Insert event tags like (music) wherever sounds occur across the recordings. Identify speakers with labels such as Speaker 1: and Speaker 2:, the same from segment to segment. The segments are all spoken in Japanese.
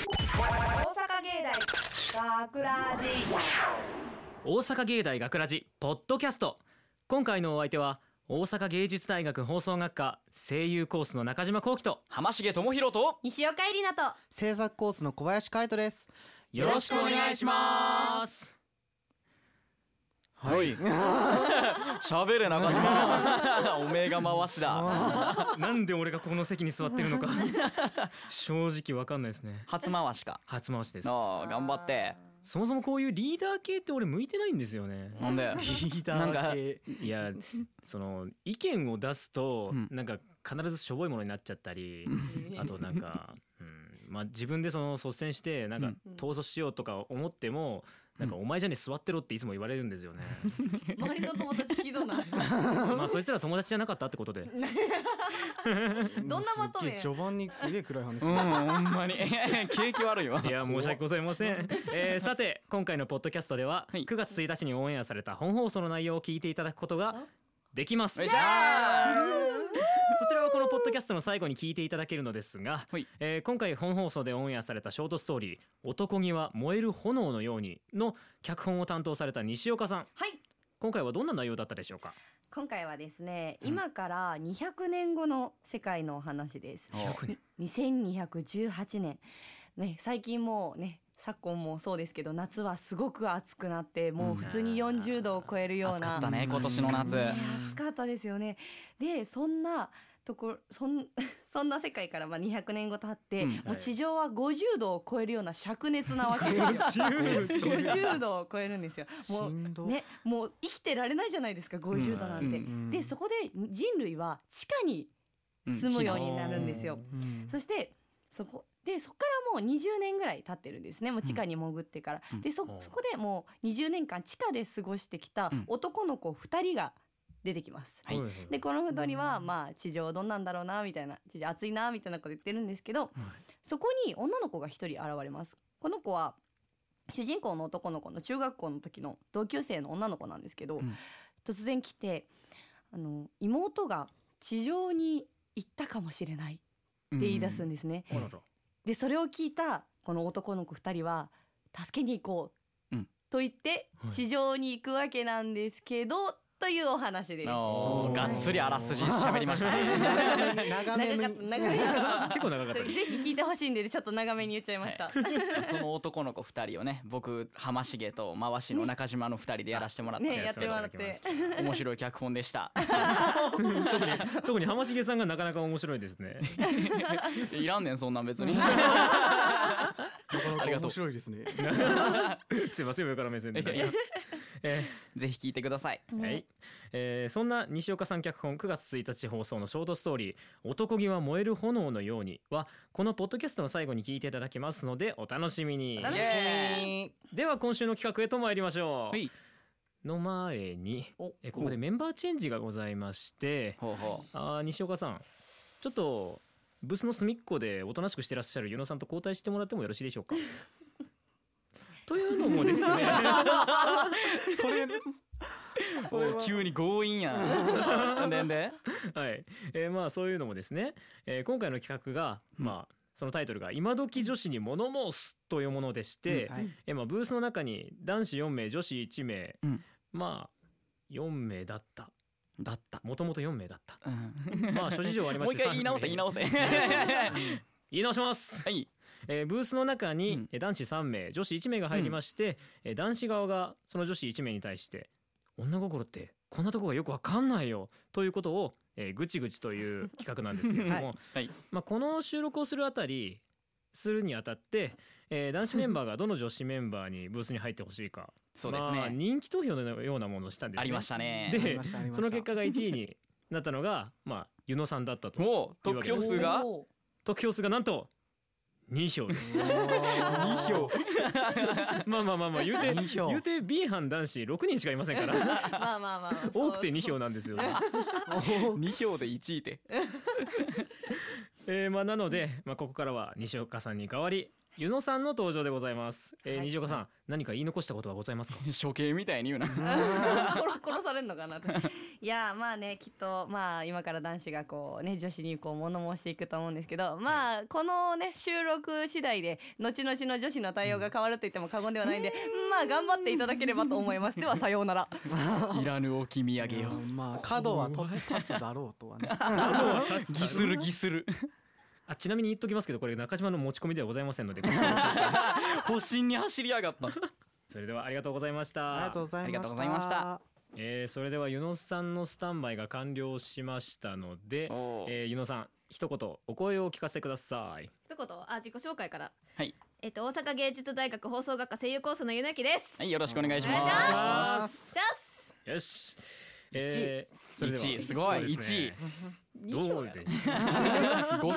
Speaker 1: 大阪芸大学ラジ
Speaker 2: 大阪芸大学ラジポッドキャスト今回のお相手は大阪芸術大学放送学科声優コースの中島幸喜と
Speaker 3: 浜重智博と
Speaker 4: 西岡えりなと
Speaker 5: 制作コースの小林海斗です。
Speaker 2: よろしくお願いします
Speaker 3: はい喋れなかったなおめえが回しだ
Speaker 2: なんで俺がこの席に座ってるのか正直わかんないですね
Speaker 3: 初回しか
Speaker 2: 初回しですそ
Speaker 3: の頑張って
Speaker 2: もそもこういうリーダー系って俺向いてないんですよね
Speaker 3: なんで
Speaker 5: ー
Speaker 3: なんか
Speaker 5: 系
Speaker 2: い
Speaker 3: (laughs)
Speaker 2: やその意見を出すと、
Speaker 3: うん
Speaker 2: なんか必ずしょぼいものになっちゃったりあとなんか、
Speaker 3: (laughs)
Speaker 2: うんまあ、自分でその率先してなんか統率しようとか思っても、なんかお前じゃねえ座ってろっていつも言われるんですよ
Speaker 3: (laughs)
Speaker 2: ね、
Speaker 4: 周りの友達ひどない
Speaker 2: まあそいつら友達じゃなかったってこと
Speaker 3: (laughs)
Speaker 2: で
Speaker 4: どんなまと
Speaker 5: すっ
Speaker 4: め
Speaker 5: げえ序盤にすげえ暗い話
Speaker 3: うんほんまに (laughs) 景気悪いわ
Speaker 2: いや申し訳ございません、えーさて今回のポッドキャストでは、
Speaker 3: はい
Speaker 2: 9月1日にオンエアされた本放送の内容を聞いていただくことができます
Speaker 3: よいしょー
Speaker 2: そちらはこのポッドキャストの最後に聞いていただけるのですが、
Speaker 3: はい
Speaker 2: えー今回本放送でオンエアされたショートストーリー「男気は燃える炎のように」の脚本を担当された西岡さん
Speaker 4: はい
Speaker 2: 今回はどんな内容だったでしょうか
Speaker 4: 今回はですね今から200年後の世界のお話です
Speaker 2: 100年
Speaker 4: 2218年ね最近もうね昨今もそうですけど夏はすごく暑くなってもう普通に40度を超えるよう
Speaker 3: 暑か
Speaker 4: な
Speaker 3: ったね今年の夏
Speaker 4: ね暑かったですよね。でそんなところそん (laughs) そんな世界からまあ200年後経って、
Speaker 3: うん
Speaker 4: も
Speaker 2: はいう
Speaker 4: 地上は50度を超えるような灼熱なわけで50度を超えるんですよ。
Speaker 5: し
Speaker 4: も
Speaker 5: んど
Speaker 4: うねもう生きてられないじゃないですか50度なんて。
Speaker 5: うん
Speaker 4: でそこで人類は地下に住むようになるんですよ。
Speaker 5: うん
Speaker 4: そしてそこでそこからもう20年ぐらい経ってるんですねもう地下に潜ってから、
Speaker 3: うん
Speaker 4: でそ
Speaker 2: うん
Speaker 4: そこでもう20年間地下で過ごしてきた
Speaker 3: うん
Speaker 4: 男の子2人が出てきます。
Speaker 3: はい
Speaker 4: でこの2人はまあ地上どんなんだろうなみたいな地上暑いなみたいなこと言ってるんですけど、そこに女の子が1人現れます。この子は主人公の男の子の中学校の時の同級生の女の子なんですけど、
Speaker 3: うん
Speaker 4: 突然来てあの妹が地上に行ったかもしれないって言い出すんですね。
Speaker 2: あらら
Speaker 4: でそれを聞いたこの男の子2人は助けに行こう、
Speaker 3: うん
Speaker 4: と言って
Speaker 2: はい
Speaker 4: 地上に行くわけなんですけど、というお話です。
Speaker 3: おーがっつりあらす
Speaker 5: (laughs)
Speaker 3: じ喋りましたね
Speaker 5: 長めに長
Speaker 4: 長
Speaker 5: め
Speaker 4: かっ
Speaker 5: に
Speaker 4: た長めにちょっ
Speaker 2: 結構長かった (laughs)
Speaker 4: と
Speaker 2: で
Speaker 4: ぜひ聞いてほしいんでちょっと長めに言っちゃいました。
Speaker 3: その男の子二人をね僕浜重と回しの中島の二人でやらせてもらっ
Speaker 4: ね
Speaker 3: て
Speaker 4: やってもらって。
Speaker 3: 面白い脚本で
Speaker 4: (laughs)
Speaker 3: した
Speaker 2: す特に浜重さんがなかなか面白いです (laughs) ね
Speaker 3: いらんねんそんなん別に
Speaker 5: なかな
Speaker 3: あり
Speaker 5: か
Speaker 3: がとう
Speaker 5: 面白いですね。
Speaker 2: すいません上から目線で、
Speaker 3: いやいや
Speaker 2: え
Speaker 3: (laughs) ぜひ聞いてください。
Speaker 2: ーはいえーそんな西岡さん脚本9月1日放送のショートストーリー「男気は燃える炎のように」はこのポッドキャストの最後に聞いていただけますのでお楽しみに
Speaker 4: お楽し
Speaker 3: み。
Speaker 2: では今週の企画へと参りましょ
Speaker 3: は
Speaker 2: う
Speaker 3: い。
Speaker 2: の前に
Speaker 4: お
Speaker 2: えここでメンバーチェンジがございまして
Speaker 3: ほうほ
Speaker 2: あー西岡さんちょっとブースの隅っこでおとなしくしてらっしゃる与野さんと交代してもらってもよろしいでしょうかというのもですね
Speaker 5: それ
Speaker 3: う。
Speaker 5: それは
Speaker 3: お急に強引やん。でんで。
Speaker 2: (laughs) はい、えーまあそういうのもですね、えー今回の企画が、まあそのタイトルが「今時女子に物申す」というものでして、
Speaker 5: はい
Speaker 2: えーまあ、ブースの中に男子4名女子1名、
Speaker 3: うん
Speaker 2: まあ4名だった
Speaker 3: だった。
Speaker 2: もともと4名だった
Speaker 3: うん
Speaker 2: まあ諸事情ありま
Speaker 3: (laughs) もう
Speaker 2: し
Speaker 3: 一
Speaker 2: て
Speaker 3: 回言い直せ言い直せ。
Speaker 2: 言い直します、
Speaker 3: はい。
Speaker 2: えーブースの中
Speaker 3: う
Speaker 2: に
Speaker 3: ん
Speaker 2: えー男子3名女子1名が入りまして、えー男子側がその女子1名に対して「女心ってこんなとこがよくわかんないよ」ということを、えーぐちぐちという企画なんですけれども、
Speaker 5: は
Speaker 3: (laughs) はい。
Speaker 2: まあ、この収録をするあたりするにあたって、えー男子メンバーがどの女子メンバーにブースに入ってほしいか
Speaker 3: そうです
Speaker 2: まあ、
Speaker 3: ね。
Speaker 2: 人気投票のようなものをしたんです、ね、
Speaker 3: ありましたね。
Speaker 2: で
Speaker 5: ありましたありました
Speaker 2: その結果が1位になったのが、まあ、湯野さんだったと
Speaker 3: もう得票数が
Speaker 4: おー
Speaker 2: 得票数がなんと2票です
Speaker 5: 二
Speaker 3: (laughs)
Speaker 5: 票。
Speaker 2: まあまあまあまあ言うて
Speaker 5: 二票
Speaker 2: 言うて B 班男子6人しかいませんから
Speaker 4: (laughs) まあまあまあまあ。
Speaker 2: 多くて2
Speaker 4: そう
Speaker 2: 票なんですよね、
Speaker 3: 二票で一位で。
Speaker 2: えーまあ、なので、まあ、ここからは西岡さんに代わり湯野さんの登場でございます、えー
Speaker 4: はい
Speaker 2: 西岡さん何か言い残したことはございますか
Speaker 3: 処刑みたいに言うな。
Speaker 4: (laughs) そう殺殺されるのかなと。いやまあねきっとまあ今から男子がこうね女子にこう物申していくと思うんですけどまあこのね収録次第で後々の女子の対応が変わると言っても過言ではないんでまあ頑張っていただければと思いますではさようなら
Speaker 3: (laughs) いらぬ置き土産よ
Speaker 5: うんまあ角はと立つだろうとはね
Speaker 3: (laughs) ギスるギスる
Speaker 2: あちなみに言っときますけどこれ中島の持ち込みではございませんので
Speaker 3: 保身に走りやが (laughs) った
Speaker 2: それではありがとうございました
Speaker 5: ありがとうございました
Speaker 3: ありがとうございました
Speaker 2: えーそれではゆのさんのスタンバイが完了しましたので、えー、ゆのさん一言お声をお聞かせください
Speaker 6: 一言あ自己紹介から
Speaker 3: はい
Speaker 6: えっと大阪芸術大学放送学科声優コースのゆなきです、
Speaker 3: はいよろしくお願いし
Speaker 6: お願いし
Speaker 3: ま
Speaker 5: ます
Speaker 6: チャス
Speaker 2: よし、えー、それでは
Speaker 3: 一位すごい
Speaker 2: そうですね
Speaker 6: 2
Speaker 2: ど
Speaker 6: 票
Speaker 2: う
Speaker 6: やろ
Speaker 2: で
Speaker 6: で
Speaker 2: し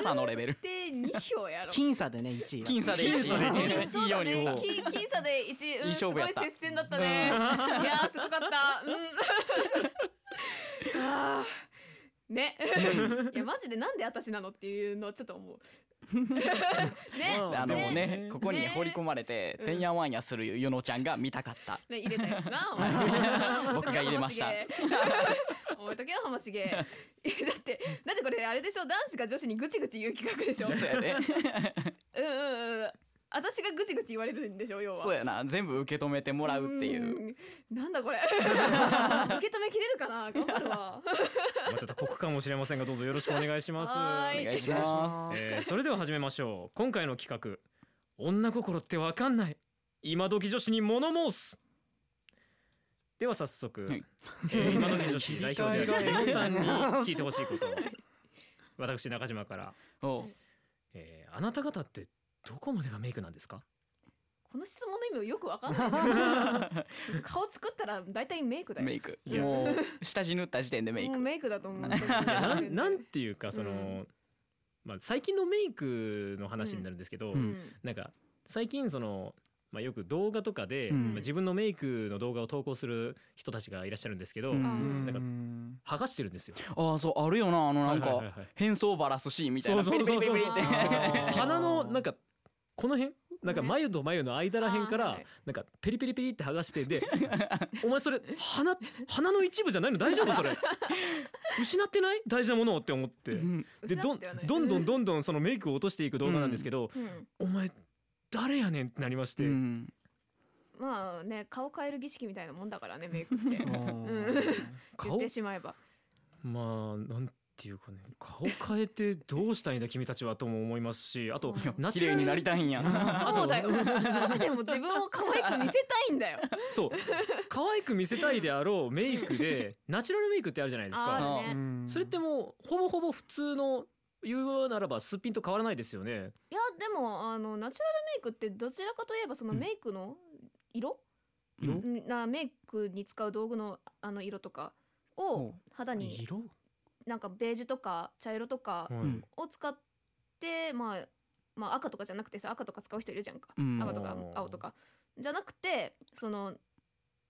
Speaker 3: (laughs) 誤差のレベル (laughs)
Speaker 6: 2票やろ
Speaker 5: 僅差でね1位
Speaker 3: 僅差で1
Speaker 2: 僅差で
Speaker 6: そうだ
Speaker 3: いいよ
Speaker 6: ね
Speaker 3: うに
Speaker 6: き僅差で1、う
Speaker 3: いい
Speaker 6: ん、す
Speaker 3: 勝負
Speaker 6: ごい
Speaker 3: やった
Speaker 6: 接戦だったねいやーすごかったうん (laughs) あーねいやマジでなんで私なのっていうのはちょっ
Speaker 3: (laughs)
Speaker 6: と思うね
Speaker 2: ま
Speaker 3: あの
Speaker 6: ね
Speaker 3: ねここに放り込まれて
Speaker 6: うん
Speaker 3: てんやわんやするゆのちゃんが見たかった
Speaker 6: (laughs) ね、入れたやつ
Speaker 3: (laughs)
Speaker 6: な、お前
Speaker 3: 僕が入れま
Speaker 6: (laughs)
Speaker 3: した。
Speaker 6: お前とけよ、浜茂。 (laughs) だって、だってこれあれでしょ、男子が女子にぐちぐち言う企画でしょ。うん
Speaker 3: そうやで
Speaker 6: うんうんうん。私がぐちぐち言われるんでしょ、要は。
Speaker 3: そうやな全部受け止めてもらうっていう
Speaker 6: うん。なんだこれ。
Speaker 3: (laughs)
Speaker 6: 受け止めきれるかな、頑張るわ。
Speaker 2: まあちょっと酷かもしれませんがどうぞよろしくお願いします
Speaker 6: は
Speaker 3: お
Speaker 6: い
Speaker 3: 願いします
Speaker 2: えーそれでは始めましょう今回の企画「女心ってわかんない今時女子に物申す」では早速、
Speaker 3: はい
Speaker 2: えー今時女
Speaker 5: 切
Speaker 2: 子
Speaker 5: り
Speaker 2: 代
Speaker 5: 替
Speaker 2: 表
Speaker 5: え
Speaker 2: で
Speaker 5: が
Speaker 2: ある江野さんに聞いてほしいことを私中島から、
Speaker 3: おう
Speaker 2: えーあなた方ってどこまでがメイクなんです
Speaker 6: (laughs)
Speaker 2: か
Speaker 6: この質問の意味をよくわかん
Speaker 3: (laughs)
Speaker 6: ない。顔作ったら、大体メイクだよ。
Speaker 3: メ
Speaker 6: も
Speaker 3: イク
Speaker 2: いや
Speaker 3: もう下地塗った時点で
Speaker 6: う
Speaker 3: メイク
Speaker 6: メイクだと思う。
Speaker 2: いやな
Speaker 6: なん
Speaker 2: なんていうかその、
Speaker 6: うん
Speaker 2: まあ、最近のメイクの話になるんですけど、
Speaker 3: うん
Speaker 2: なんか最近その、まあ、よく動画とかで、
Speaker 3: うん
Speaker 2: まあ自分のメイクの動画を投稿する人たちがいらっしゃるんですけど、
Speaker 3: うん
Speaker 2: なんか
Speaker 5: ん
Speaker 2: 剥がしてるんですよ。
Speaker 3: ああそうあるよなあのな
Speaker 2: はい
Speaker 3: ん
Speaker 2: はい
Speaker 3: か
Speaker 2: はいはい
Speaker 3: 変装バラすシーンみたいな
Speaker 2: そうそうそうそう
Speaker 3: ペリペリペリペリって
Speaker 5: あー
Speaker 2: 鼻のなんかこの辺なんか
Speaker 6: ね
Speaker 2: 眉と眉の間らへんか
Speaker 6: あー
Speaker 2: ら
Speaker 6: はい
Speaker 2: なんかペリペリペリって剥がしてで (laughs) お前それ鼻鼻の一部じゃないの大丈夫
Speaker 3: (laughs)
Speaker 2: それ失ってない大事なものをって思って
Speaker 3: うん
Speaker 2: でどんどんどんどんどんそのメイクを落としていく動画なんですけど
Speaker 6: ん。うん
Speaker 2: お前誰やねんってなりまして
Speaker 3: うん
Speaker 6: まあね顔変える儀式みたいなもんだからねメイクって
Speaker 5: あー
Speaker 6: 言っ
Speaker 2: 顔
Speaker 6: てしまえば
Speaker 2: まあなんていうかね顔変えてどうしたいんだ君たちはとも思いますしあと
Speaker 6: うん
Speaker 2: ナ
Speaker 3: 綺
Speaker 2: チュ
Speaker 3: 麗
Speaker 2: ラ
Speaker 3: に
Speaker 2: ル
Speaker 3: なりたいんや
Speaker 2: あ
Speaker 6: そ
Speaker 2: と
Speaker 6: うだよ少しでも自分を可愛く見せたいんだよ
Speaker 2: そう可愛く見せたいであろうメイクでナチュラルメイクってあるじゃないですか。
Speaker 6: ある
Speaker 5: う
Speaker 6: ね
Speaker 5: ん
Speaker 2: それってもうほぼほぼ普通の言うならばすっぴんと変わらないですよね。
Speaker 6: いやでもあのナチュラルメイクってどちらかといえばその
Speaker 2: うん
Speaker 6: メイクの色、
Speaker 3: 色
Speaker 6: んなメイクに使う道具のあの色とか
Speaker 3: お
Speaker 6: を
Speaker 3: う
Speaker 6: 肌に
Speaker 5: 色
Speaker 6: なんかベージュとか茶色とか
Speaker 3: ん
Speaker 6: を使って、まあ、まあ赤とかじゃなくてさ赤とか使う人いるじゃんか
Speaker 3: うん
Speaker 6: 赤とか
Speaker 2: うん
Speaker 6: 青とかじゃなくてその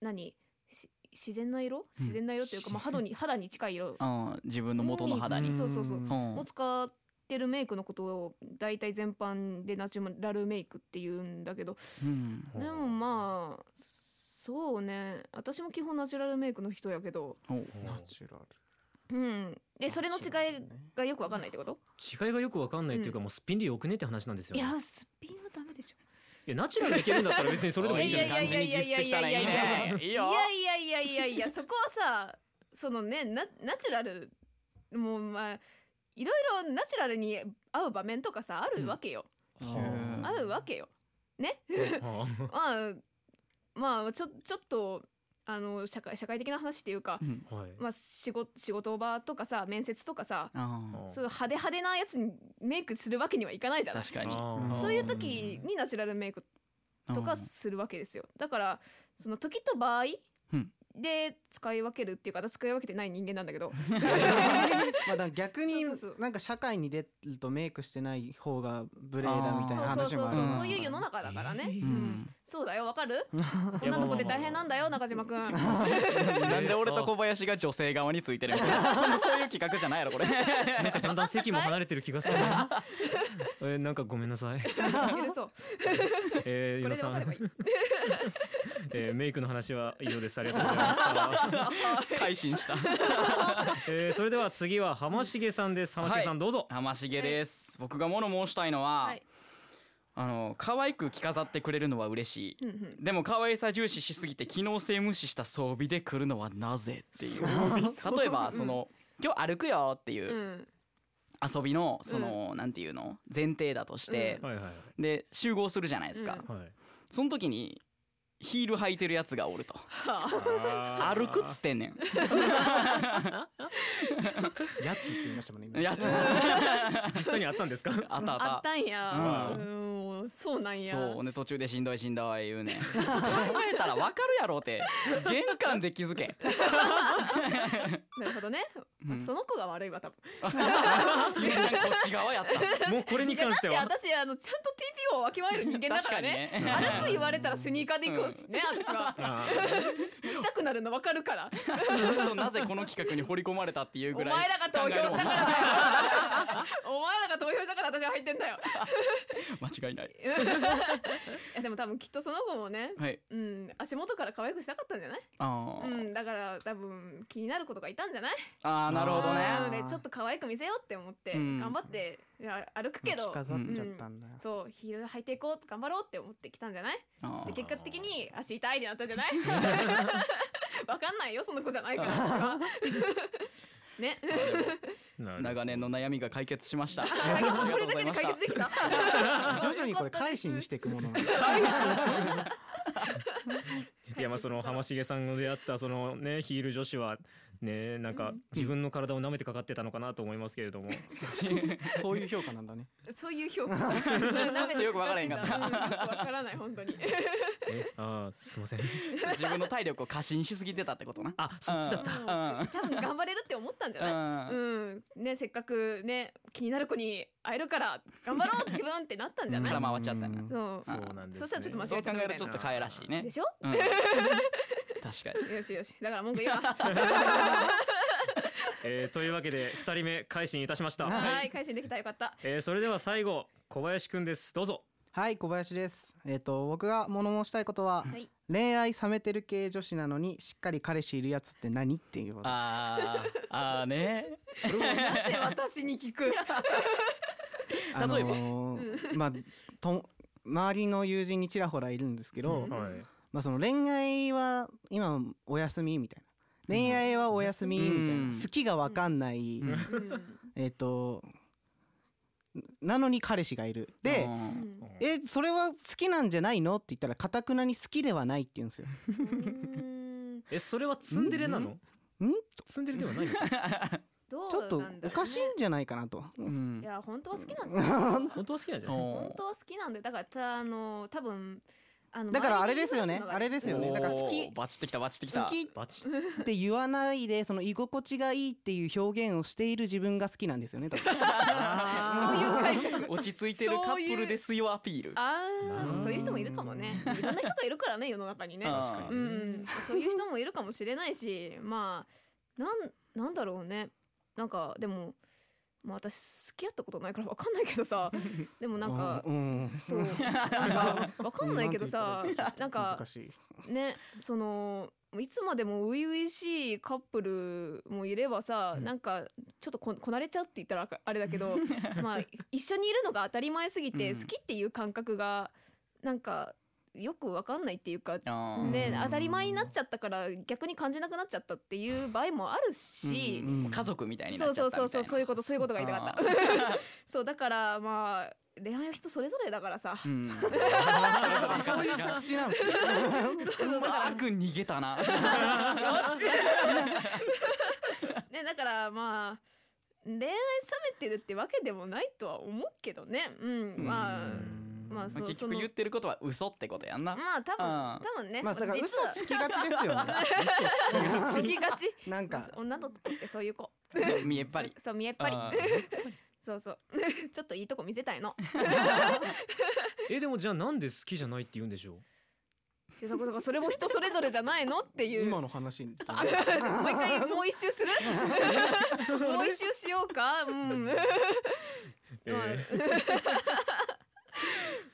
Speaker 6: 何し自然な色自然な色というか、まあ、肌に肌に近い色
Speaker 3: あー自分の元の肌に
Speaker 6: そうそうそうん
Speaker 3: うん
Speaker 6: を使ってるメイクのことを大体全般でナチュラルメイクって言うんだけど
Speaker 3: うん
Speaker 6: でもまあそうね私も基本ナチュラルメイクの人やけど
Speaker 3: おう
Speaker 5: ナチュラル
Speaker 6: うんでそれの違いがよくわかんないってこと
Speaker 2: 違いがよくわかんないっていうか、もうすっぴんでよくねって話なんですよ
Speaker 6: い
Speaker 2: ね。
Speaker 6: やすっぴんはダメでしょ
Speaker 2: いやナチュラルでいけるんだったら別にそれでもいいんじゃない
Speaker 6: やいやいやいやいやいやいやい
Speaker 3: いい
Speaker 6: い
Speaker 3: よ
Speaker 6: やいやいやいやいやそこはさそのねナナチュラルもうまあいろいろナチュラルに合う場面とかさあるわけよ、
Speaker 5: うん
Speaker 6: 合うわけよ
Speaker 2: はあ
Speaker 6: まあまあちょちょっとあの社会社会的な話っていうか、
Speaker 3: うん
Speaker 2: はい
Speaker 6: まあ、仕事仕事場とかさ面接とかさ
Speaker 3: あ
Speaker 6: そういう派手派手なやつにメイクするわけにはいかないじ
Speaker 3: ー
Speaker 6: ゃない
Speaker 3: 確かに
Speaker 2: あー
Speaker 6: そういう時にナチュラルメイクとかするわけですよだからその時と場合
Speaker 3: うん
Speaker 6: で使い分けるっていうか私使い分けてない人間なんだけど
Speaker 5: まあだから逆に
Speaker 6: そうそうそう
Speaker 5: なんか社会に出るとメイクしてない方が無礼だみた
Speaker 6: そ
Speaker 5: いうな
Speaker 6: そう
Speaker 5: 話
Speaker 6: そう
Speaker 5: もあり
Speaker 6: そう
Speaker 5: ま
Speaker 6: そ
Speaker 5: す
Speaker 6: ういう世の中だからね、
Speaker 3: う
Speaker 6: うんん、そうだよわかる
Speaker 2: いや
Speaker 6: 女の子って大変なんだよ中島くん
Speaker 3: (laughs) なんで俺と小林が女性側についてるみたいなそういう企画じゃないやろこれ
Speaker 2: なんかだんだん席も離れてる気がする。え
Speaker 6: (laughs)
Speaker 2: ーなんかごめんなさい。
Speaker 6: 許そう
Speaker 2: えー、ゆ
Speaker 6: これ
Speaker 2: の
Speaker 6: で
Speaker 2: さ
Speaker 6: わかれば
Speaker 2: ん
Speaker 6: いい。
Speaker 2: (laughs) えーメイクの話は以上ですありがとうございました、
Speaker 6: (laughs)
Speaker 3: 改心した
Speaker 2: えーそれでは次は浜重さんです浜重さんどうぞ、
Speaker 3: 浜重です僕が物申したいのは、
Speaker 6: はい
Speaker 3: あの可愛く着飾ってくれるのは嬉しい、
Speaker 6: うんうん
Speaker 3: でも可愛さ重視しすぎて機能性無視した装備で来るのはなぜっていう例えばその今日歩くよっていううん遊びのその、なんていうの前提だとして、
Speaker 2: はいはいはい
Speaker 3: で集合するじゃないですか、
Speaker 6: うん
Speaker 2: はい
Speaker 3: その時にヒール履いてるやつがおると
Speaker 6: はあ
Speaker 2: あー
Speaker 3: 歩くっつってんね
Speaker 5: やつって言いましたもんね
Speaker 3: ん
Speaker 5: 今
Speaker 3: や (laughs) つ
Speaker 2: 実際にあったんですか
Speaker 3: あったあった
Speaker 6: あったんや
Speaker 2: う
Speaker 6: うんそうなんや
Speaker 3: そうね途中でしんどいしんどい言う
Speaker 6: (laughs)
Speaker 3: ねん考えたらわかるやろって玄関で気づ
Speaker 6: (laughs)
Speaker 3: け
Speaker 6: なるほどねまあ
Speaker 3: うん
Speaker 6: その子が悪いわ多分
Speaker 3: ゆうちゃんこっち側やった
Speaker 2: もうこれに
Speaker 6: いや
Speaker 2: 関
Speaker 6: だっ
Speaker 2: して
Speaker 6: て
Speaker 2: は
Speaker 6: 私あのちゃんと TPO をわきまえる人間だからね
Speaker 3: 確かにね
Speaker 6: 歩く言われたらスニーカーで行くしね私は
Speaker 2: あ
Speaker 6: 痛くなるのわかるから (laughs)
Speaker 3: なぜこの企画に掘り込まれたっていう
Speaker 6: お
Speaker 3: ぐ
Speaker 6: 前
Speaker 3: らい
Speaker 6: らが投票したからだよお前らが投票したから私は入ってんだよ
Speaker 3: 間違いない
Speaker 6: いやでも多分きっとその子もね
Speaker 3: はい
Speaker 6: うん足元から可愛くしたかったんじゃない
Speaker 3: あー、
Speaker 6: うんだから多分気になることがいたんじゃない
Speaker 3: あーなるほどね
Speaker 5: あー
Speaker 6: うんでちょっと可愛く見せようって思って
Speaker 3: うん
Speaker 6: 頑張っていや歩くけど
Speaker 5: 着飾っちゃったんだよ
Speaker 6: そうヒール履いていこう頑張ろうって思ってきたんじゃない
Speaker 3: あ
Speaker 6: で
Speaker 3: ー
Speaker 6: 結果的に足痛いってなったんじゃないわかんないよその子じゃないから私はね
Speaker 2: ーなるほど
Speaker 3: 長年の悩みが解決しま
Speaker 6: (laughs)
Speaker 3: したありがとう
Speaker 6: これ
Speaker 3: ご
Speaker 6: だ
Speaker 3: ざ
Speaker 6: け
Speaker 3: い
Speaker 6: で
Speaker 3: まし
Speaker 6: 解
Speaker 3: た
Speaker 6: 決できた
Speaker 5: 徐々にこれ改心してていくもの
Speaker 2: いやまあその浜重さんの出会ったそのねヒール女子はねなんか自分の体を舐めてかかってたのかなと思いますけ
Speaker 6: (laughs)
Speaker 2: れども
Speaker 5: そういう評価なんだね
Speaker 6: そういう評価舐めて
Speaker 3: よくわからへんかった
Speaker 6: うんよくわからない本当に
Speaker 2: えあーすいません
Speaker 3: 自分の体力を過信しすぎてたってこと
Speaker 6: (laughs)
Speaker 3: な
Speaker 2: あそっちだった
Speaker 6: うん多分頑張れるって思ったんじゃない
Speaker 3: うん
Speaker 6: うんねせっかくね気になる子に会えるから頑張ろう自分ってなったんじゃない
Speaker 3: から回っちゃったな
Speaker 5: うん
Speaker 6: そ
Speaker 2: そ
Speaker 6: う
Speaker 2: うなんです、ね、
Speaker 6: そしたらちょっと間違
Speaker 3: そう考えるとちょっとかえらしいね
Speaker 6: でしょ
Speaker 3: うん確かに
Speaker 6: よしよしだから文句言わ
Speaker 2: えーというわけで2人目改心いたしました、
Speaker 6: はい改心できたよかった
Speaker 2: えーそれでは最後小林くんですどうぞ
Speaker 5: はい小林ですえっ、と僕が物申したいことは、
Speaker 6: はい
Speaker 5: 恋愛冷めてる系女子なのにしっかり彼氏いるやつって何っていうこと
Speaker 3: あーあーね
Speaker 6: なぜ私に聞く
Speaker 5: あのーまあと周りの友人にちらほらいるんですけど、
Speaker 6: うん
Speaker 2: はい
Speaker 5: まあ、その恋愛は今お休みみたいな恋愛はお休みみたいな、
Speaker 3: うん
Speaker 5: 好きが分かんない、
Speaker 3: うん
Speaker 6: うん
Speaker 5: えっ、となのに彼氏がいるで、
Speaker 3: うん
Speaker 5: えそれは好きなんじゃないのって言ったらかたくなに好きではないって言うんですよ。
Speaker 6: うん
Speaker 2: えそれはツンデレなの
Speaker 5: んん
Speaker 2: ツンデレではないの
Speaker 6: ど
Speaker 5: ちょっ
Speaker 6: う
Speaker 5: と
Speaker 6: なんだろうね
Speaker 5: おかしいんじゃないかなと。
Speaker 3: うん
Speaker 6: いや本当は好きなんじゃない
Speaker 2: 本当は好きなんじゃない
Speaker 6: 本
Speaker 3: お
Speaker 6: 当は好きなんでだからたあの多分あの
Speaker 5: だからあ
Speaker 6: 周
Speaker 5: れ
Speaker 6: りに
Speaker 5: ですよね
Speaker 6: 言い出のが
Speaker 5: あれですよね
Speaker 3: ー
Speaker 5: だから好き
Speaker 3: バチってきたバチってきた
Speaker 5: 好き
Speaker 2: バチ
Speaker 5: って言わないでその居心地がいいっていう表現をしている自分が好きなんですよね多 (laughs) 分
Speaker 3: (laughs)
Speaker 6: そういう解釈
Speaker 3: 落ち着いてるカップルですよアピール
Speaker 6: あ
Speaker 2: な
Speaker 6: あ
Speaker 2: あ
Speaker 6: そういう人もいるかもねいろんな人がいるからね世の中にね
Speaker 3: あー
Speaker 2: 確か
Speaker 6: う
Speaker 2: に、
Speaker 6: んうん、そういう人もいるかもしれないしまあなんなんだろうねなんかでも、まあ、私付き合ったことないから分かんないけどさでもなんか
Speaker 5: うんうん (laughs)
Speaker 6: そうなんか分かんないけど
Speaker 5: な
Speaker 6: さ
Speaker 5: んて言ったらいい
Speaker 6: なんか
Speaker 5: 難しい
Speaker 6: ねそのいつまでも初々しいカップルもいればさ、なんかちょっとここなれちゃうって言ったらあれだけどまあ一緒にいるのが当たり前すぎて、
Speaker 3: うん
Speaker 6: 好きっていう感覚がなんかよく分かんないっていうか
Speaker 3: あー
Speaker 6: ね
Speaker 5: うん、
Speaker 6: 当たり前になっちゃったから逆に感じなくなっちゃったっていう場合もあるし、
Speaker 5: うん
Speaker 3: 家族みたいにな
Speaker 6: そ
Speaker 3: っ
Speaker 6: う
Speaker 3: ちゃ
Speaker 6: そ
Speaker 3: った
Speaker 6: うそう
Speaker 3: みた
Speaker 6: そ
Speaker 3: いうな
Speaker 6: そういうことそういうことが言いたかった (laughs) そうだからまあ恋愛は人それぞれだからさ、
Speaker 3: うん
Speaker 5: そういう着地なんですね
Speaker 6: そうそうだから
Speaker 3: 悪逃げたな
Speaker 6: よし (laughs) ねだからまあ恋愛冷めてるってわけでもないとは思うけどねうんまあまあそう
Speaker 3: 結
Speaker 6: そ
Speaker 3: 局
Speaker 6: の
Speaker 3: 言ってることは嘘ってことやんな
Speaker 6: まあ多
Speaker 3: あ
Speaker 6: 分多分ね
Speaker 5: (laughs) まあだから嘘
Speaker 6: 実は
Speaker 5: つきがちですよね
Speaker 6: つきがち
Speaker 5: (laughs) なんか
Speaker 6: 女の子ってそういう子
Speaker 3: 見えっぱり
Speaker 6: そうそう見えっぱり
Speaker 3: あ
Speaker 6: (laughs) そうそう (laughs) ちょっといいとこ見せたいの
Speaker 2: えでもじゃあなんで好きじゃないって言うんでしょう
Speaker 6: でそこそこそれも人それぞれじゃないのっていう
Speaker 5: 今
Speaker 6: (laughs) もう
Speaker 5: の話に
Speaker 6: 一回もう一周するもう一周しようかうん
Speaker 2: えー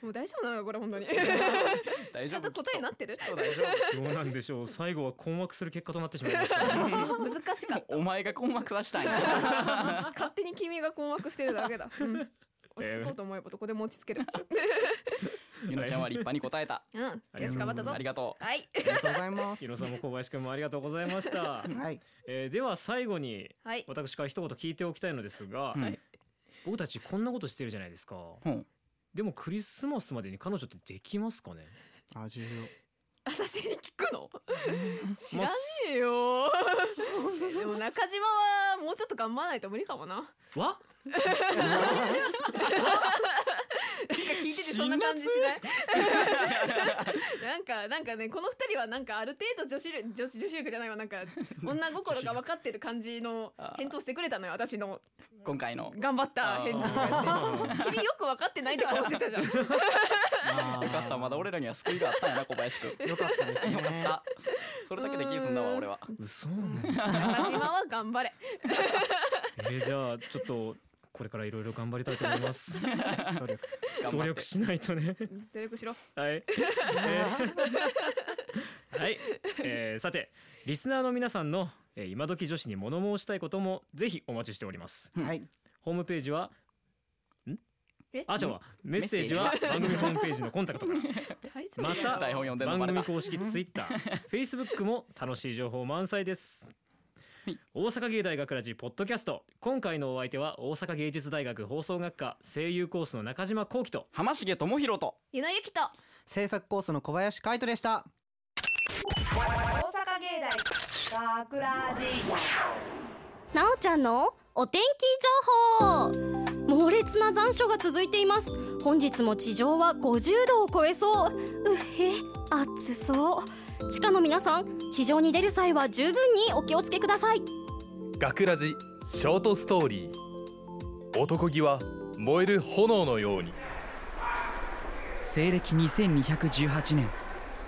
Speaker 6: もう大丈夫なのこれ本当に
Speaker 3: 大
Speaker 6: ちゃんと答えになってる
Speaker 3: きっと大丈
Speaker 2: どうなんでしょう最後は困惑する結果となってしまいました、ね、
Speaker 6: 難しかっ
Speaker 3: 夫お前が困惑させたんや (laughs)
Speaker 6: た勝手に君が困惑してるだけだ、うん落ち着こうと思えばどこでも落ち着ける
Speaker 3: ゆのちゃんは立派に答えた (laughs)
Speaker 6: うんよし頑張ったぞ
Speaker 3: ありがと
Speaker 6: はい
Speaker 5: ありがとうございます
Speaker 2: ゆのさんも小林くんもありがとうございました、
Speaker 5: (laughs) はい
Speaker 2: えーでは最後に
Speaker 6: はい
Speaker 2: 私から一言聞いておきたいのですが、
Speaker 3: う、うん
Speaker 2: 僕たちこんなことしてるじゃないですか
Speaker 3: うん
Speaker 2: でもクリスマスまでに彼女ってできますかね
Speaker 5: あ重
Speaker 3: (laughs)
Speaker 6: 私に聞くの知らね
Speaker 3: (laughs)
Speaker 6: えよでも中島はもうちょっと頑張らないと無理かもななんか
Speaker 2: わ
Speaker 6: 聞いててそんな感じしない
Speaker 3: (laughs)
Speaker 6: なんかなんかねこの二人はなんかある程度女子力女子女子力じゃないわなんか女心が分かってる感じの返答してくれたのよ私の
Speaker 3: 今回の
Speaker 6: 頑張った返事が
Speaker 3: あ
Speaker 6: 君よく分かってないって顔してたじゃん
Speaker 5: 要
Speaker 3: よかったまだ俺らには救いがあったんやな小林くん
Speaker 5: よかったですね
Speaker 3: (laughs) よかったそれだけできるんだわ俺は
Speaker 2: (laughs) 嘘
Speaker 6: (laughs) 中島は頑張れ
Speaker 2: えーじゃあちょっとこれからいろいろ (laughs) 頑張りたいと思います
Speaker 5: 努
Speaker 3: (laughs)
Speaker 5: 力
Speaker 3: 頑
Speaker 2: 努
Speaker 3: 張っ
Speaker 2: 力
Speaker 3: て
Speaker 2: しないとね
Speaker 6: 努力しろ
Speaker 2: はい、はいえーさてリスナーの皆さんの、えー今時女子に物申したいこともぜひお待ちしております
Speaker 5: はい
Speaker 2: ホームページはん
Speaker 6: え
Speaker 2: あじゃあメッセージは
Speaker 3: メッセ
Speaker 2: 番組ホームページのコンタクトから
Speaker 6: 大丈夫
Speaker 2: また
Speaker 3: 台本読んでんの
Speaker 2: 番
Speaker 3: バレた
Speaker 2: 組公式ツイッター、 (laughs) フェイスブックも楽しい情報満載です。大阪芸大学ラジポッドキャスト今回のお相手は大阪芸術大学放送学科声優コースの中島幸喜と
Speaker 3: 浜重智弘と
Speaker 6: ゆなゆきと
Speaker 5: 制作コースの小林海斗でした
Speaker 1: 大阪芸大学ラジ
Speaker 7: なおちゃんのお天気情報猛烈な残暑が続いています本日も地上は50度を超えそううっへ暑そう地下の皆さん地上に出る際は十分にお気をつけください
Speaker 8: 学ラジショートストーリー男気は燃える炎のように
Speaker 3: 西暦2218年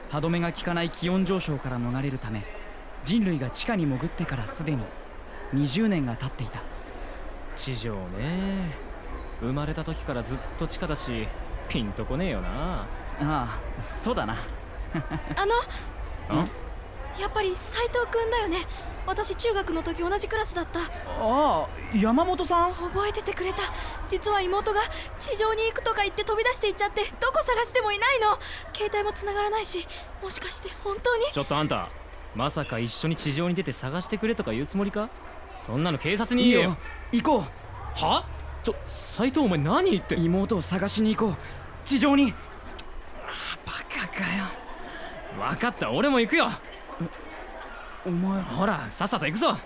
Speaker 3: 歯止めが効かない気温上昇から逃れるため人類が地下に潜ってからすでに20年が経っていた
Speaker 2: 地上ね生まれた時からずっと地下だしピンとこねえよな
Speaker 3: ああそうだな
Speaker 7: あの
Speaker 2: あ
Speaker 7: やっぱり斉藤くんだよね私中学の時同じクラスだった
Speaker 3: ああ山本さん
Speaker 7: 覚えててくれた実は妹が地上に行くとか言って飛び出していっちゃってどこ探してもいないの携帯も繋がらないしもしかして本当に
Speaker 2: ちょっとあんたまさか一緒に地上に出て探してくれとか言うつもりかそんなの警察に言えよ
Speaker 3: 行こう
Speaker 2: はちょ斉藤お前何言って
Speaker 3: 妹を探しに行こう地上に
Speaker 2: バカかよ分かった俺も行くよ
Speaker 3: お前
Speaker 2: ほらさっさと行くぞ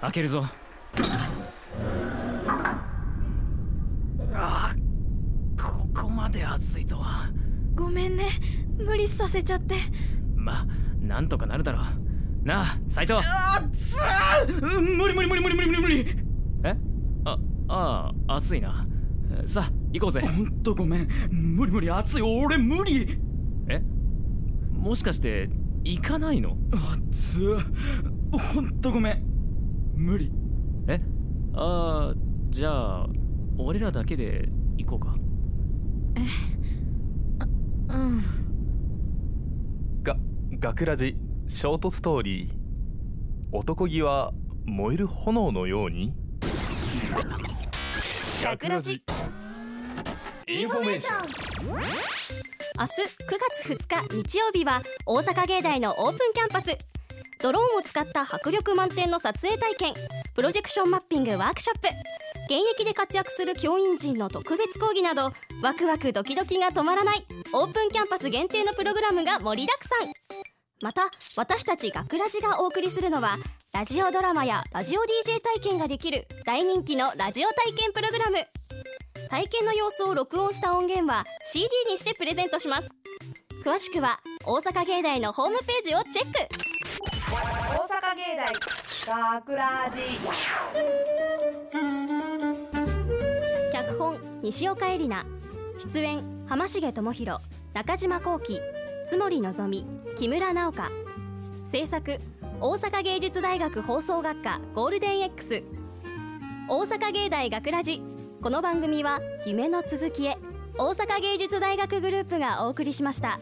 Speaker 2: 開けるぞあここまで暑いとは
Speaker 7: ごめんね無理させちゃって
Speaker 2: まあなんとかなるだろうなあ斉藤
Speaker 3: 無理無理無理無理無理無理無理
Speaker 2: えあああ暑いなえさあ行こうぜ
Speaker 3: ほんとごめん無理無理熱い俺無理
Speaker 2: えもしかして行かないの
Speaker 3: つうほんとごめん無理
Speaker 2: えああじゃあ俺らだけで行こうか
Speaker 7: うん
Speaker 8: が学ラジショートストーリー男気は燃える炎のように学ラジインフォメーション
Speaker 7: 明日9月2日日曜日は大阪芸大のオープンキャンパスドローンを使った迫力満点の撮影体験プロジェクションマッピングワークショップ現役で活躍する教員陣の特別講義などワクワクドキドキが止まらないオープンキャンパス限定のプログラムが盛りだくさんまた私たち学ラジがお送りするのはラジオドラマやラジオ DJ 体験ができる大人気のラジオ体験プログラム体験の様子を録音した音源は CD にしてプレゼントします詳しくは大阪芸大のホームページをチェック
Speaker 1: 大阪芸大学ラジ
Speaker 7: 脚本西岡絵里奈出演浜重智弘中島幸喜津森望木村直香制作大阪芸術大学放送学科ゴールデン X 大阪芸大学ラジこの番組は夢の続きへ大阪芸術大学グループがお送りしました。